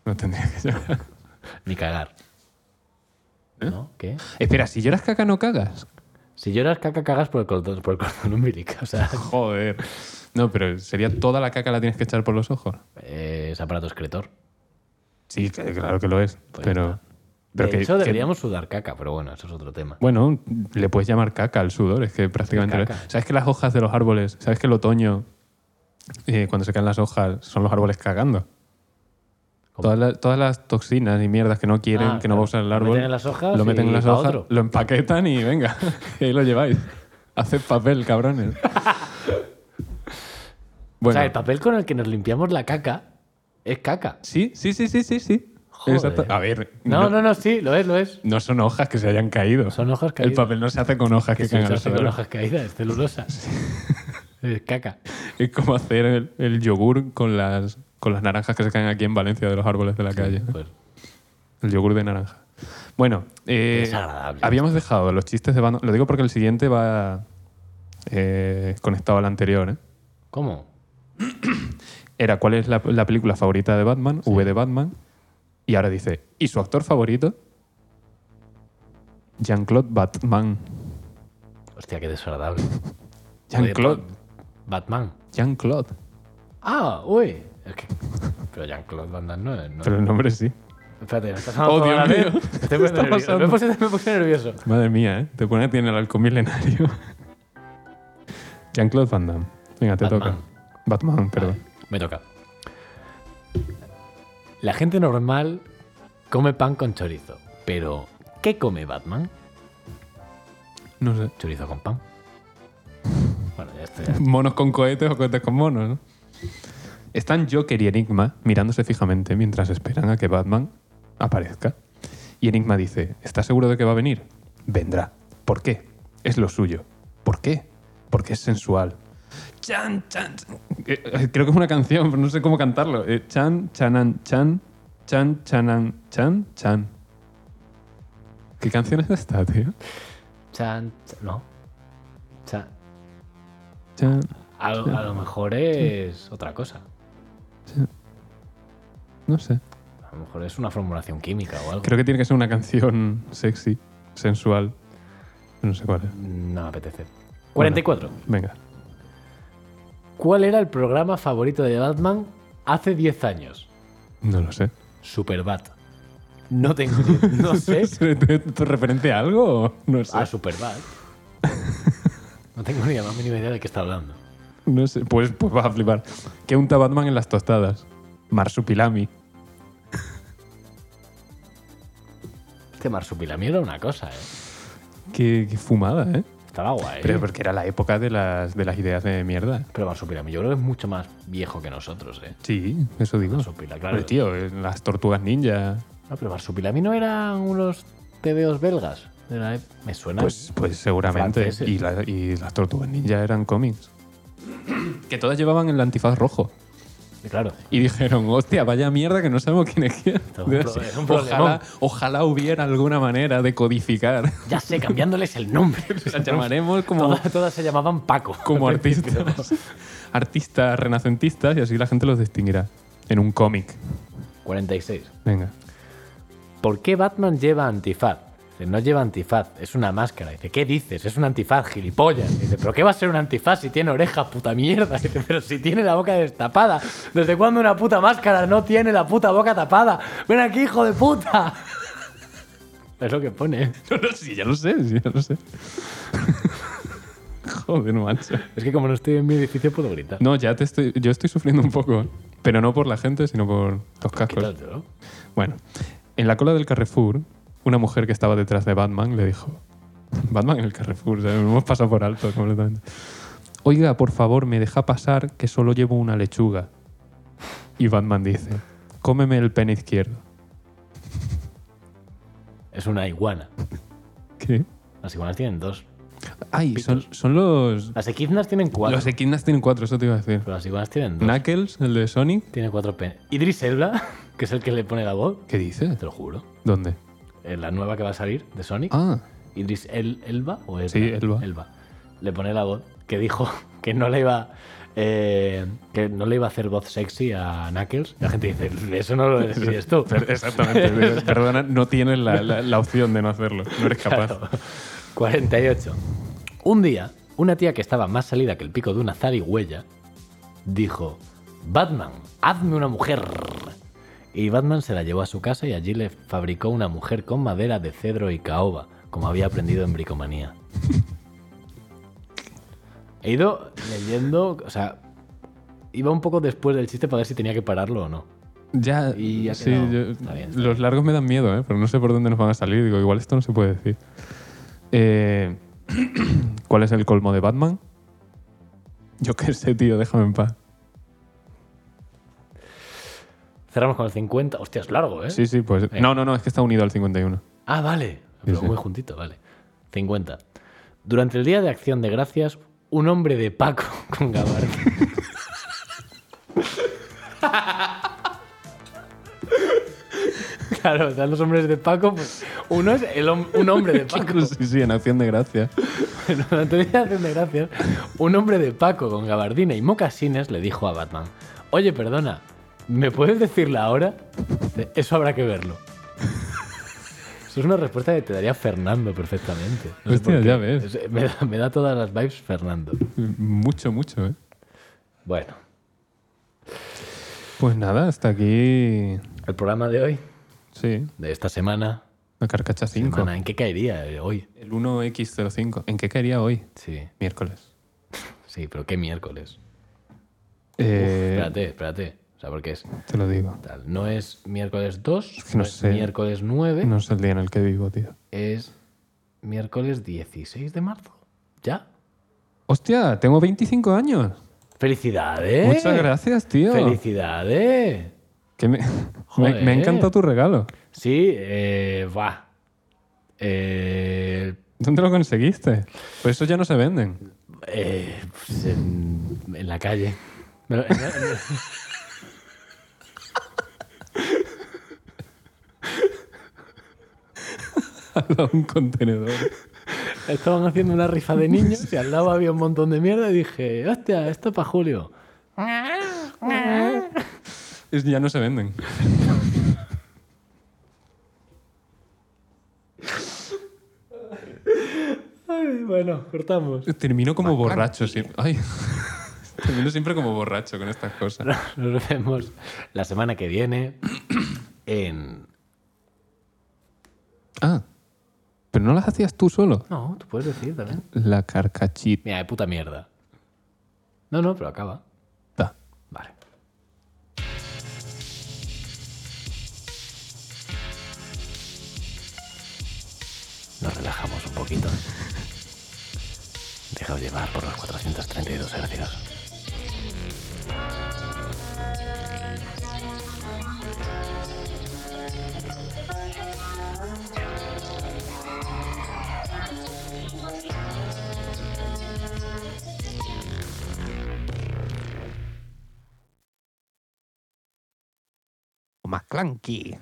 no tendría que llorar.
Ni cagar. ¿No? ¿Qué?
Espera, si lloras caca no cagas.
Si lloras caca, cagas por el cordón, por el cordón umbilical. O sea,
Joder. No, pero sería toda la caca la tienes que echar por los ojos.
eh, es aparato excretor.
Sí, que- claro que lo es. pero pero
Pues de
que,
hecho,
que-
deberíamos sudar caca, pero bueno, eso es otro tema.
bueno, le puedes llamar caca al sudor, es que prácticamente... lo es.
caca.
¿Sabes que las hojas de los árboles, sabes que el otoño, eh, cuando se caen las hojas, son los árboles cagando?
¿Cómo?
Todas las, todas las toxinas y mierdas que no quieren,
Ah,
que no va
claro.
a usar el
Lo
árbol,
meten en las hojas
lo meten en
y
las
pa'
hojas,
otro.
lo empaquetan y venga, y ahí lo lleváis. Haced papel, cabrones.
O
Bueno,
sea, el papel con el que nos limpiamos la caca es caca.
sí, sí, sí, sí, sí, sí.
Joder.
A ver,
No, no, no, sí, lo es, lo es.
no son hojas que se hayan caído.
Son hojas
El
caídas.
papel no se hace con hojas
Que
que,
se
caen al
usa con
suelo.
hojas caídas, es celulosa. Es caca.
Es como hacer el, el yogur con las, con las naranjas que se caen aquí en Valencia de los árboles de la calle.
Pues,
El yogur de naranja. Bueno, eh,
Desagradable.
habíamos dejado los chistes de Batman. Lo digo porque el siguiente va eh, conectado al anterior. ¿eh?
¿Cómo?
Era cuál es la, la película favorita de Batman, V de Batman, y ahora dice, ¿y su actor favorito? Jean-Claude Batman.
Hostia, qué desagradable.
Jean-Claude.
Batman.
Jean-Claude.
Ah, uy. Es que... Pero Jean-Claude Van Damme no es. No.
Pero el nombre sí.
Espérate, me estás hablando
Oh,
todo a la
Dios
vez.
mío.
Estoy
¿Qué
muy
está
nervioso.
pasando?
Me puse, me puse nervioso.
Madre mía, ¿eh? Te pone a ti en el halcón milenario. Jean-Claude Van Damme. Venga, te
Batman.
toca. Batman, perdón.
Me toca. La gente normal come pan con chorizo. Pero, ¿qué come Batman?
No sé.
Chorizo con pan. Bueno, ya está. ya.
Monos con cohetes o cohetes con monos, ¿no? Están Joker y Enigma mirándose fijamente mientras esperan a que Batman aparezca. Y Enigma dice, ¿estás seguro de que va a venir? Vendrá. ¿Por qué? Es lo suyo. ¿Por qué? Porque es sensual. Chan, chan. chan. Eh, eh, Creo que es una canción, pero no sé cómo cantarlo. Eh, Chan, chanan, chan, chan, chanan, chan, chan. ¿Qué canción es esta, tío?
Chan, chan- no. Chan.
Chan.
A, lo- a lo mejor es otra cosa.
No sé.
A lo mejor es una formulación química o algo.
Creo que tiene que ser una canción sexy, sensual. No sé cuál es.
No me apetece. 44.
Venga.
¿Cuál era el programa favorito de Batman hace 10 años?
No lo sé.
Superbat. No tengo ni- no sé
¿Te, te- te referente a algo? o No sé.
a Superbat. No tengo ni la más mínima idea de qué está hablando.
No sé. Pues, pues vas a flipar. ¿Qué unta Batman en las tostadas? Marsupilami.
Este marsupilami era una cosa, ¿eh?
Qué, qué fumada, ¿eh?
Estaba guay.
Pero porque era la época de las, de las ideas de mierda.
Pero marsupilami yo creo que es mucho más viejo que nosotros, ¿eh?
Sí, eso digo.
Marsupilami, claro.
Pero, tío, eh, las tortugas ninja.
No, pero marsupilami no eran unos tebeos belgas. de la ep- Me suena.
Pues, pues seguramente.
Franceses.
Y, la- y las tortugas ninja eran cómics. que todas llevaban el antifaz rojo.
Claro.
Y dijeron, hostia, vaya mierda que no sabemos quién es quién.
es un pro- es un problemón.
ojalá, ojalá hubiera alguna manera de codificar.
Ya sé, cambiándoles el nombre.
Las llamaremos como,
Todas, todas se llamaban Paco.
como artistas. artistas renacentistas y así la gente los distinguirá. En un cómic.
46.
Venga.
¿Por qué Batman lleva antifaz? Dice, no lleva antifaz, es una máscara. Dice, ¿qué dices? Es un antifaz, gilipollas. Dice, ¿pero qué va a ser un antifaz si tiene orejas, puta mierda? Dice, pero si tiene la boca destapada. ¿Desde cuándo una puta máscara no tiene la puta boca tapada? Ven aquí, hijo de puta. Es lo que pone.
No, no, sí, ya lo sé, sí, ya lo sé. Joder, macho.
Es que como no estoy en mi edificio puedo gritar.
No, ya te estoy. Yo estoy sufriendo un poco. Pero no por la gente, sino por los cascos.
Quítatelo.
Bueno, en la cola del Carrefour, una mujer que estaba detrás de Batman le dijo: Batman en el Carrefour, o sea, hemos pasado por alto completamente. Oiga, por favor, me deja pasar que solo llevo una lechuga. Y Batman dice: Cómeme el pene izquierdo.
Es una iguana.
¿Qué?
Las iguanas tienen dos.
Ay, son, son los.
Las equidnas tienen cuatro.
Los e- equinas tienen cuatro, eso te iba a decir.
Pero las iguanas tienen dos.
Knuckles, el de Sonic.
Tiene cuatro penes. Idris Elba, que es el que le pone la voz,
¿Qué dices?
te lo juro.
¿Dónde?
eh, la nueva que va a salir de Sonic,
Ah,
Idris El- Elba o Elba,
Sí, Elba.
le pone la voz que dijo que no le iba eh, que no le iba a hacer voz sexy a Knuckles. La gente dice, eso no lo decides tú.
per- exactamente. Perdona, no tienes la, la- la opción de no hacerlo. No eres capaz.
Claro. 48. Un día, una tía que estaba más salida que el pico de una zarigüeya dijo, Batman, hazme una mujer. Y Batman se la llevó a su casa y allí le fabricó una mujer con madera de cedro y caoba, como había aprendido en bricomanía. He ido leyendo, o sea, iba un poco después del chiste para ver si tenía que pararlo o no.
Ya,
Y ha
sí,
quedado.
yo-
Está bien, está
los largos me dan miedo, ¿eh? pero no sé por dónde nos van a salir. Digo, igual esto no se puede decir. Eh, ¿Cuál es el colmo de Batman? Yo qué sé, tío, déjame en paz.
Cerramos con el 50. Hostia, es largo, ¿eh?
Sí, sí, pues.
Venga.
No, no, no, es que está unido al 51.
Ah, vale. Pero
sí.
muy juntito, vale. 50. Durante el día de acción de gracias, un hombre de Paco con gabardina. claro, están los hombres de Paco. Pues, uno es el hom- un hombre de Paco.
Sí, sí, en acción de gracia.
Bueno, la teoría de una gracia. Un hombre de Paco con gabardina y mocasines le dijo a Batman: Oye, perdona, ¿me puedes decir la hora? De- Eso habrá que verlo. Eso es una respuesta que te daría Fernando perfectamente. No sé
Hostia,
por qué.
ya ves.
Es- Me da, me da todas las vibes Fernando.
Mucho, mucho, ¿eh?
Bueno,
Pues nada, hasta aquí.
el programa de hoy,
Sí,
de esta semana.
la carcacha 5.
semana, ¿En qué caería eh, hoy?
El 1X05. ¿En qué caería hoy?
Sí,
Miércoles.
sí, pero qué miércoles.
Eh,
Espérate, espérate. O sea, porque es
te lo digo.
tal. No es miércoles 2,
que no
es
sé.
miércoles 9.
No es el día en el que vivo, tío.
es miércoles 16 de marzo. ¿Ya?
¡Hostia! Tengo 25 años.
¡Felicidades!
Muchas gracias, tío.
¡Felicidades!
Que me, me,
Joder.
me ha encantado tu regalo.
Sí, eh, va. Eh,
¿Dónde lo conseguiste? Pues esos ya no se venden.
eh, pues en, en la calle. Me lo-
Al lado de un contenedor.
Estaban haciendo una rifa de niños y al lado había un montón de mierda y dije, hostia, esto es para Julio.
Es- ya no se venden.
Ay, bueno, cortamos.
Termino como borracho siempre. Ay. Termino siempre como borracho con estas cosas.
Nos vemos la semana que viene en...
Ah, pero no las hacías tú solo.
No, tú puedes decir también.
La carcachita.
Mira, de puta mierda. No, no, pero acaba. Vale. Nos relajamos un poquito. Dejaos llevar por los 432 hercios.
McClunky.